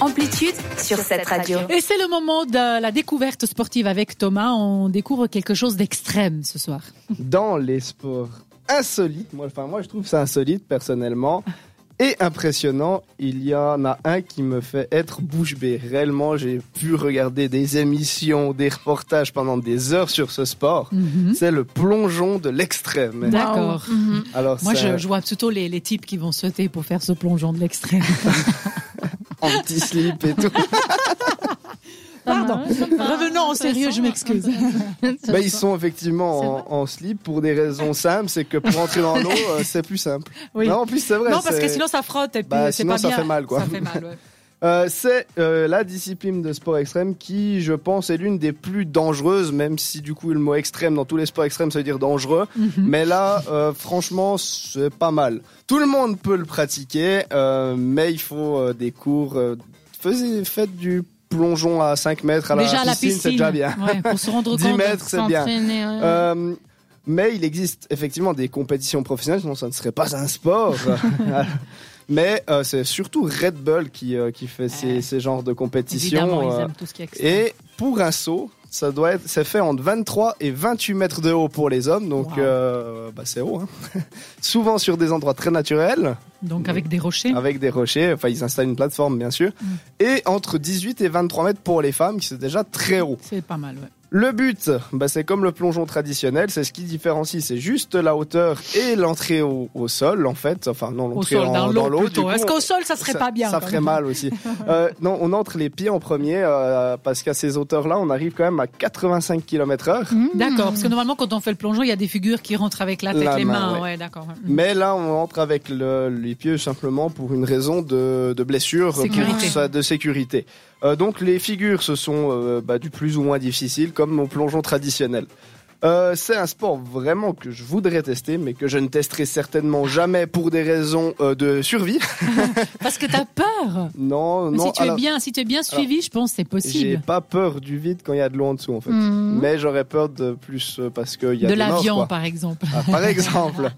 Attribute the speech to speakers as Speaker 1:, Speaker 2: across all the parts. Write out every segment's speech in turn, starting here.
Speaker 1: Amplitude sur cette radio.
Speaker 2: Et c'est le moment de la découverte sportive avec Thomas. On découvre quelque chose d'extrême ce soir.
Speaker 3: dans les sports insolites. Moi, enfin, moi, je trouve ça insolite personnellement et impressionnant. Il y en a un qui me fait être bouche bée. Réellement, j'ai pu regarder des émissions, des reportages pendant des heures sur ce sport.
Speaker 2: Mhm.
Speaker 3: C'est le plongeon de l'extrême.
Speaker 2: D'accord.
Speaker 1: Mhm.
Speaker 3: Alors,
Speaker 2: Moi, je,
Speaker 3: c'est
Speaker 2: je vois plutôt les, les types qui vont sauter pour faire ce plongeon de l'extrême.
Speaker 3: anti-slip et tout.
Speaker 2: Pardon. Revenons au sérieux, je m'excuse.
Speaker 3: Bah, ils sont effectivement en, en slip pour des raisons simples. C'est que pour entrer dans l'eau, euh, c'est plus simple.
Speaker 2: Oui.
Speaker 3: Non, en plus, c'est vrai.
Speaker 2: Non, parce
Speaker 3: c'est-
Speaker 2: que sinon ça frotte et puis
Speaker 3: Bah,
Speaker 2: c'est
Speaker 3: sinon,
Speaker 2: pas
Speaker 3: ça
Speaker 2: bien.
Speaker 3: fait mal, quoi.
Speaker 2: Ça fait mal, ouais.
Speaker 3: Euh, c'est euh, la discipline de sport extrême qui, je pense, est l'une des plus dangereuses, même si du coup le mot extrême dans tous les sports extrêmes ça veut dire dangereux.
Speaker 2: Mhm.
Speaker 3: Mais là, euh, franchement, c'est pas mal. Tout le monde peut le pratiquer, euh, mais il faut euh, des cours. euh, faisez, faites du plongeon à 5 mètres à la
Speaker 2: déjà à la
Speaker 3: piscine,
Speaker 2: piscine,
Speaker 3: c'est déjà bien.
Speaker 2: ouais, pour se rendre
Speaker 3: 10
Speaker 2: compte.
Speaker 3: mètres, c'est bien.
Speaker 4: S'entraîner, ouais.
Speaker 3: Euh, mais il existe effectivement des compétitions professionnelles, sinon ça ne serait pas un sport. mais euh, c'est surtout Red Bull qui, euh, qui fait ces,
Speaker 2: Ouais.
Speaker 3: ces genres de
Speaker 2: Évidemment,
Speaker 3: compétitions.
Speaker 2: ils
Speaker 3: euh,
Speaker 2: aiment tout ce qui est extrême.
Speaker 3: et pour un saut, ça doit être, c'est fait entre 23 et 28 mètres de haut pour les hommes, donc
Speaker 2: Wow.
Speaker 3: euh, bah, c'est haut. hein. Souvent sur des endroits très naturels,
Speaker 2: Donc avec des rochers.
Speaker 3: avec des rochers, enfin ils installent une plateforme bien sûr,
Speaker 2: Mm.
Speaker 3: et entre 18 et 23 mètres pour les femmes, qui c'est déjà très haut.
Speaker 2: C'est pas mal, ouais.
Speaker 3: Le but, bah, c'est comme le plongeon traditionnel, c'est ce qui différencie, c'est juste la hauteur et l'entrée au, au sol, en fait. Enfin, non,
Speaker 2: Au
Speaker 3: l'entrée
Speaker 2: sol,
Speaker 3: en-
Speaker 2: dans l'eau
Speaker 3: du
Speaker 2: plutôt.
Speaker 3: coup,
Speaker 2: Est-ce qu'au sol, ça serait pas bien
Speaker 3: Ça
Speaker 2: quand
Speaker 3: ferait
Speaker 2: même
Speaker 3: mal aussi. Euh, non, on entre les pieds en premier, euh, parce qu'à ces hauteurs-là, on arrive quand même à 85 km/h.
Speaker 2: D'accord, parce que normalement, quand on fait le plongeon, il y a des figures qui rentrent avec la tête,
Speaker 3: Hmm. La
Speaker 2: les
Speaker 3: main,
Speaker 2: mains.
Speaker 3: ouais.
Speaker 2: ouais, d'accord. Hmm.
Speaker 3: Mais là, on entre avec le- les pieds simplement pour une raison de, de blessure,
Speaker 2: Sécurité.
Speaker 3: pour ça, de sécurité. Euh, donc les figures, ce sont euh, bah, du plus ou moins difficile, comme mon plongeon traditionnel. Euh, c'est un sport vraiment que je voudrais tester, mais que je ne testerai certainement jamais pour des raisons euh, de survie.
Speaker 2: Parce que t'as peur.
Speaker 3: Non,
Speaker 2: Mais
Speaker 3: non.
Speaker 2: si tu es
Speaker 3: alors,
Speaker 2: bien, si tu es bien suivi, je pense que c'est
Speaker 3: j'ai
Speaker 2: possible. Mm.
Speaker 3: pas peur du vide quand il y a de l'eau en dessous, en fait.
Speaker 4: Mhm.
Speaker 3: Mais j'aurais peur de plus euh, parce qu'il y a
Speaker 2: De
Speaker 3: des morts,
Speaker 2: l'avion,
Speaker 3: quoi.
Speaker 2: par exemple.
Speaker 3: Ah, par exemple.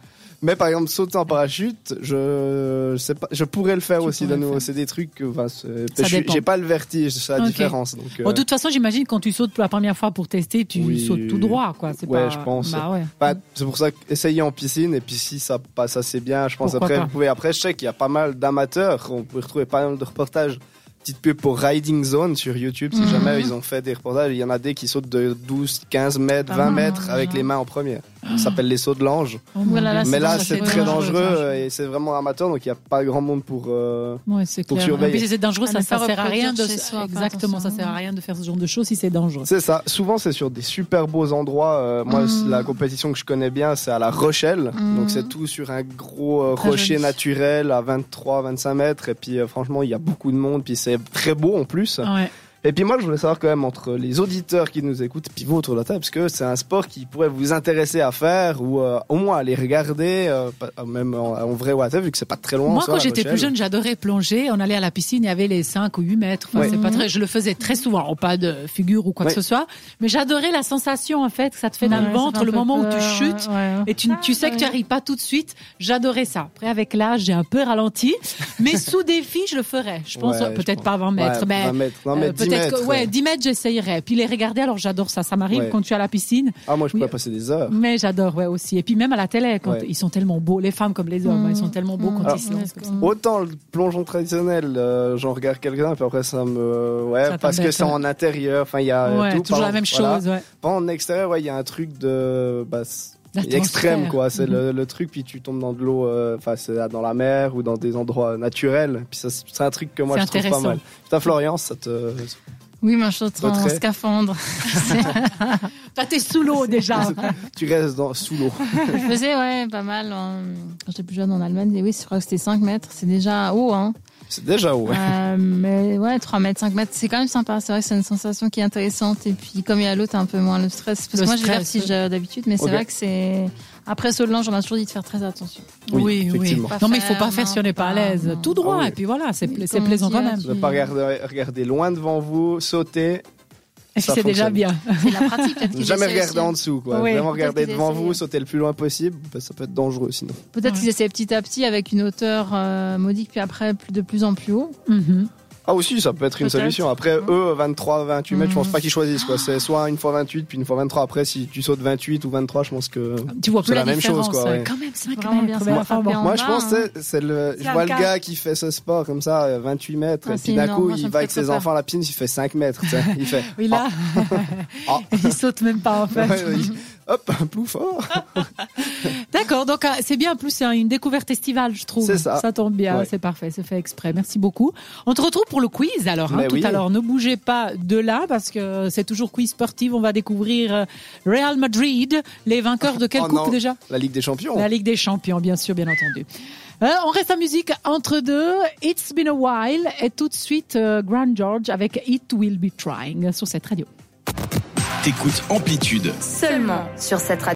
Speaker 3: Mais par exemple, sauter en parachute, je sais pas, je pourrais le faire
Speaker 2: Tu
Speaker 3: aussi de
Speaker 2: pourrais le
Speaker 3: nouveau.
Speaker 2: faire.
Speaker 3: C'est des trucs, que, enfin, c'est-
Speaker 2: Ça
Speaker 3: je suis-
Speaker 2: dépend.
Speaker 3: j'ai pas le vertige, c'est la
Speaker 2: Ok.
Speaker 3: différence. Donc, euh,
Speaker 2: Bon, Oh, de toute façon, j'imagine quand tu sautes pour la première fois pour tester, tu
Speaker 3: Oui.
Speaker 2: sautes tout droit, quoi. C'est
Speaker 3: Ouais,
Speaker 2: pas-
Speaker 3: je pense.
Speaker 2: Bah ouais.
Speaker 3: enfin, c'est pour ça qu'essayer en piscine et puis si ça passe assez bien, je pense
Speaker 2: Pourquoi
Speaker 3: après
Speaker 2: pas.
Speaker 3: vous pouvez. Après, je sais qu'il y a pas mal d'amateurs. On peut retrouver pas mal de reportages. Petite pub pour Riding Zone sur YouTube. Si
Speaker 4: Mhm.
Speaker 3: jamais ils ont fait des reportages, il y en a des qui sautent de 12, 15 mètres,
Speaker 2: Pas
Speaker 3: 20
Speaker 4: mal,
Speaker 3: mètres
Speaker 4: hein,
Speaker 3: avec
Speaker 4: hein.
Speaker 3: les mains en première. Ça s'appelle les sauts de l'ange.
Speaker 2: Oh mon
Speaker 4: Voilà, là,
Speaker 2: Dieu.
Speaker 3: Mais là,
Speaker 4: dangereux, hein.
Speaker 3: c'est
Speaker 4: ouais,
Speaker 3: très
Speaker 4: ouais,
Speaker 3: dangereux euh, et c'est vraiment amateur, donc il n'y a pas grand monde pour. euh,
Speaker 2: Ouais, c'est
Speaker 3: Pour
Speaker 2: clair.
Speaker 3: surveiller.
Speaker 2: En plus, c'est dangereux,
Speaker 4: À
Speaker 2: ça,
Speaker 4: ne
Speaker 2: ça
Speaker 4: pas
Speaker 2: sert à rien de.
Speaker 4: reproduire chez soi, faire
Speaker 2: Exactement, ça
Speaker 4: attention. hein.
Speaker 2: sert à rien de faire ce genre de choses si c'est dangereux.
Speaker 3: C'est ça. Souvent, c'est sur des super beaux endroits. Euh, moi,
Speaker 4: Mm.
Speaker 3: la compétition que je connais bien, c'est à La Rochelle.
Speaker 4: Mm.
Speaker 3: Donc, c'est tout sur un gros euh,
Speaker 4: Très
Speaker 3: rocher
Speaker 4: joli.
Speaker 3: naturel à 23-25 mètres. Et puis, euh, franchement, il y a beaucoup de monde. Puis, c'est très beau en plus.
Speaker 2: Ouais.
Speaker 3: Et puis, moi, je voulais savoir quand même entre les auditeurs qui nous écoutent, puis vous autour de la table, parce que c'est un sport qui pourrait vous intéresser à faire ou euh, au moins à les regarder, euh, pas- même en, en vrai ou à la tête, vu que c'est pas très loin. en
Speaker 2: Moi,
Speaker 3: soi,
Speaker 2: quand
Speaker 3: La
Speaker 2: j'étais plus
Speaker 3: Rochelle.
Speaker 2: jeune, j'adorais plonger. On allait à la piscine, il y avait les 5 ou 8 mètres. Enfin,
Speaker 3: Ouais. Mhm.
Speaker 2: c'est pas très, je le faisais très souvent, en pas de figure ou quoi
Speaker 3: Ouais.
Speaker 2: que ce soit. Mais j'adorais la sensation, en fait, que ça te fait
Speaker 4: Ouais,
Speaker 2: dans
Speaker 4: ça
Speaker 2: le
Speaker 4: fait
Speaker 2: ventre
Speaker 4: un
Speaker 2: le
Speaker 4: peu
Speaker 2: moment où tu
Speaker 4: peur,
Speaker 2: chutes.
Speaker 4: ouais, ouais.
Speaker 2: Et tu, tu sais que tu arrives pas tout de suite. J'adorais ça. Après, avec l'âge, j'ai un peu ralenti. Mais sous défi, je le ferais. Je pense,
Speaker 3: Ouais,
Speaker 2: euh,
Speaker 3: je
Speaker 2: peut-être
Speaker 3: pense.
Speaker 2: pas 20
Speaker 3: Ouais,
Speaker 2: mètres, mais.
Speaker 3: 20 mètres. Non,
Speaker 2: euh,
Speaker 3: mais 10
Speaker 2: peut-être que,
Speaker 3: mètres.
Speaker 2: ouais, 10 mètres, j'essayerais. Puis les regarder, alors j'adore ça. Ça m'arrive
Speaker 3: Ouais.
Speaker 2: quand tu es à la piscine.
Speaker 3: Ah, moi, je
Speaker 2: Oui.
Speaker 3: pourrais passer des heures.
Speaker 2: Mais j'adore, ouais, aussi. Et puis même à la télé, quand
Speaker 3: Ouais. Mm.
Speaker 2: ils sont tellement beaux, les femmes comme les hommes, hein,
Speaker 4: Mmh.
Speaker 2: ils sont tellement beaux quand
Speaker 4: Ah.
Speaker 2: ils se lancent comme ça.
Speaker 3: Autant le plongeon traditionnel, euh, j'en regarde quelqu'un, puis après ça me. Ouais,
Speaker 2: Ça
Speaker 3: parce que
Speaker 2: t'embête,
Speaker 3: c'est
Speaker 2: ouais.
Speaker 3: en intérieur, enfin il y a euh,
Speaker 2: Ouais,
Speaker 3: tout.
Speaker 2: toujours
Speaker 3: par-
Speaker 2: la même chose,
Speaker 3: voilà.
Speaker 2: ouais.
Speaker 3: Pas en extérieur, ouais, il y a un truc de. Bah, c'est-
Speaker 2: L'atmosphère.
Speaker 3: extrême, quoi. C'est
Speaker 2: Mm-hmm.
Speaker 3: le, le truc, puis tu tombes dans de l'eau, euh, enfin c'est là, dans la mer ou dans des endroits naturels. Puis ça, c'est un truc que moi
Speaker 2: C'est
Speaker 3: je trouve pas
Speaker 2: intéressant.
Speaker 3: mal. Putain, Florian, ça te.
Speaker 4: Oui, mais je suis en
Speaker 3: Retrait.
Speaker 4: scaphandre.
Speaker 2: Toi, t'es sous l'eau déjà.
Speaker 3: tu restes dans, sous l'eau.
Speaker 4: je faisais, ouais, pas mal. en- Quand j'étais plus jeune en Allemagne, et oui, je crois que c'était 5 mètres. C'est déjà haut, hein.
Speaker 3: C'est déjà haut, ouais.
Speaker 4: Euh, mais ouais, 3 mètres, 5 mètres, c'est quand même sympa. C'est vrai que c'est une sensation qui est intéressante. Et puis, comme il y a l'eau, t'as un peu moins le stress. Parce
Speaker 2: Le
Speaker 4: que moi, j'ai le
Speaker 2: stress,
Speaker 4: vertige euh, d'habitude, mais c'est
Speaker 3: Ok.
Speaker 4: vrai que c'est. Après ce on m'a toujours dit de faire très attention.
Speaker 3: Oui, effectivement.
Speaker 2: Non, mais il faut pas faire si on n'est pas à l'aise.
Speaker 4: Non.
Speaker 2: Tout droit,
Speaker 3: Ah oui.
Speaker 2: et puis voilà, c'est
Speaker 4: Oui,
Speaker 2: pla- c'est
Speaker 4: comme on
Speaker 2: plaisant
Speaker 4: dit, hein.
Speaker 2: quand
Speaker 4: là,
Speaker 2: même.
Speaker 4: tu-
Speaker 3: Ne pas regarder, regarder loin devant vous, sauter,
Speaker 2: Et
Speaker 3: ça
Speaker 2: c'est déjà
Speaker 3: fonctionne.
Speaker 2: bien.
Speaker 4: C'est la pratique. peut-être qu'ils
Speaker 3: jamais
Speaker 4: essaient
Speaker 3: regarder
Speaker 4: aussi.
Speaker 3: en dessous, quoi.
Speaker 2: Oui,
Speaker 4: peut-être
Speaker 3: Vraiment regarder
Speaker 4: qu'ils
Speaker 3: devant vous,
Speaker 4: essayent.
Speaker 3: sauter le plus loin possible, bah, ça peut être dangereux sinon.
Speaker 4: Peut-être qu'ils essaient petit à petit avec une hauteur euh, modique, puis après plus- de plus en plus haut.
Speaker 2: Mhm.
Speaker 3: Ah aussi, ça peut être une
Speaker 2: Peut-être.
Speaker 3: solution. Après,
Speaker 4: Hein?
Speaker 3: eux, 23, 28 mètres, je pense pas qu'ils choisissent. quoi.
Speaker 2: Ah.
Speaker 3: C'est soit une fois 28, puis une fois 23. Après, si tu sautes 28 ou 23, je pense que...
Speaker 2: Tu vois
Speaker 3: C'est
Speaker 2: plus
Speaker 3: la
Speaker 2: la,
Speaker 3: même chose,
Speaker 2: différence. euh,
Speaker 3: quoi, ouais.
Speaker 2: Quand même, 5
Speaker 4: Vraiment bien
Speaker 2: mètres.
Speaker 4: ça.
Speaker 2: mais enfin, bon.
Speaker 4: En
Speaker 3: Moi, je
Speaker 4: bas,
Speaker 3: pense
Speaker 4: hein.
Speaker 3: que c'est- c'est le...
Speaker 5: C'est
Speaker 3: Je
Speaker 5: un
Speaker 3: vois le
Speaker 5: cas.
Speaker 3: gars qui fait ce sport comme ça, euh, 28 mètres,
Speaker 4: Ah,
Speaker 3: et
Speaker 4: c'est
Speaker 3: puis d'un
Speaker 4: énorme.
Speaker 3: coup,
Speaker 4: Moi, ça
Speaker 3: il
Speaker 4: me
Speaker 3: va
Speaker 4: fait
Speaker 3: avec
Speaker 4: trop
Speaker 3: ses
Speaker 4: peur.
Speaker 3: enfants à la piscine, il fait 5 mètres. tu sais. Il fait...
Speaker 2: Oui, là,
Speaker 3: Ah.
Speaker 2: il saute même pas en fait.
Speaker 3: Ouais, il- Hop, un oh. plus fort.
Speaker 2: D'accord, donc euh, c'est bien. En plus, c'est une découverte estivale, je trouve.
Speaker 3: C'est ça.
Speaker 2: tombe bien,
Speaker 3: Ouais.
Speaker 2: c'est parfait, c'est fait exprès. Merci beaucoup. On te retrouve pour le quiz alors, hein,
Speaker 3: Mais
Speaker 2: tout
Speaker 3: Ben oui.
Speaker 2: à l'heure. Ne bougez pas de là parce que c'est toujours quiz sportif. On va découvrir euh, Real Madrid, les vainqueurs de quelle
Speaker 3: Oh
Speaker 2: coupe
Speaker 3: non. Oh.
Speaker 2: déjà
Speaker 3: La Ligue des Champions.
Speaker 2: La Ligue des Champions, bien sûr, bien entendu. Euh, on reste en musique entre deux. It's been a while et tout de suite euh, Grand George avec It Will Be Trying sur cette radio.
Speaker 6: T'écoutes Amplitude.
Speaker 1: Seulement sur cette radio.